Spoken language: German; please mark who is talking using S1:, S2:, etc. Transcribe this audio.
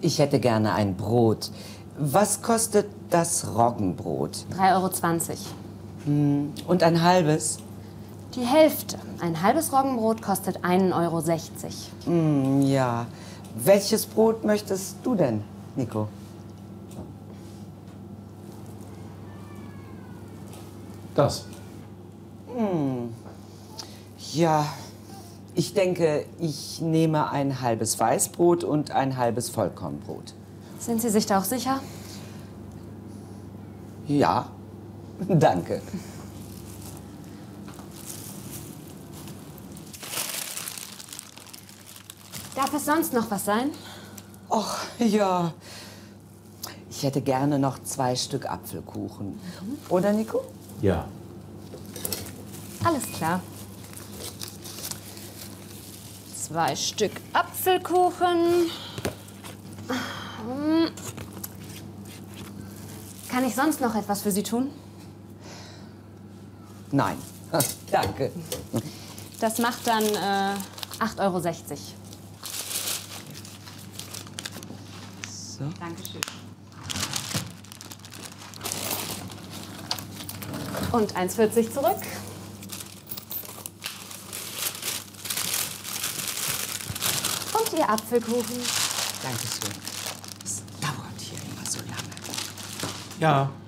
S1: Ich hätte gerne ein Brot. Was kostet das Roggenbrot?
S2: 3,20 Euro.
S1: Und ein halbes?
S2: Die Hälfte. Ein halbes Roggenbrot kostet 1,60 Euro.
S1: Hm, ja. Welches Brot möchtest du denn, Nico?
S3: Das.
S1: Ja, ich denke, ich nehme ein halbes Weißbrot und ein halbes Vollkornbrot.
S2: Sind Sie sich da auch sicher?
S1: Ja, danke.
S2: Darf es sonst noch was sein?
S1: Och, ja. Ich hätte gerne noch zwei Stück Apfelkuchen. Oder, Nico?
S3: Ja.
S2: Alles klar. Zwei Stück Apfelkuchen. Hm. Kann ich sonst noch etwas für Sie tun?
S1: Nein. danke.
S2: Das macht dann äh, 8,60 Euro.
S1: So.
S2: Dankeschön. Und 1,40 zurück. Und Ihr Apfelkuchen.
S1: Dankeschön. Es dauert hier immer so lange.
S3: Ja.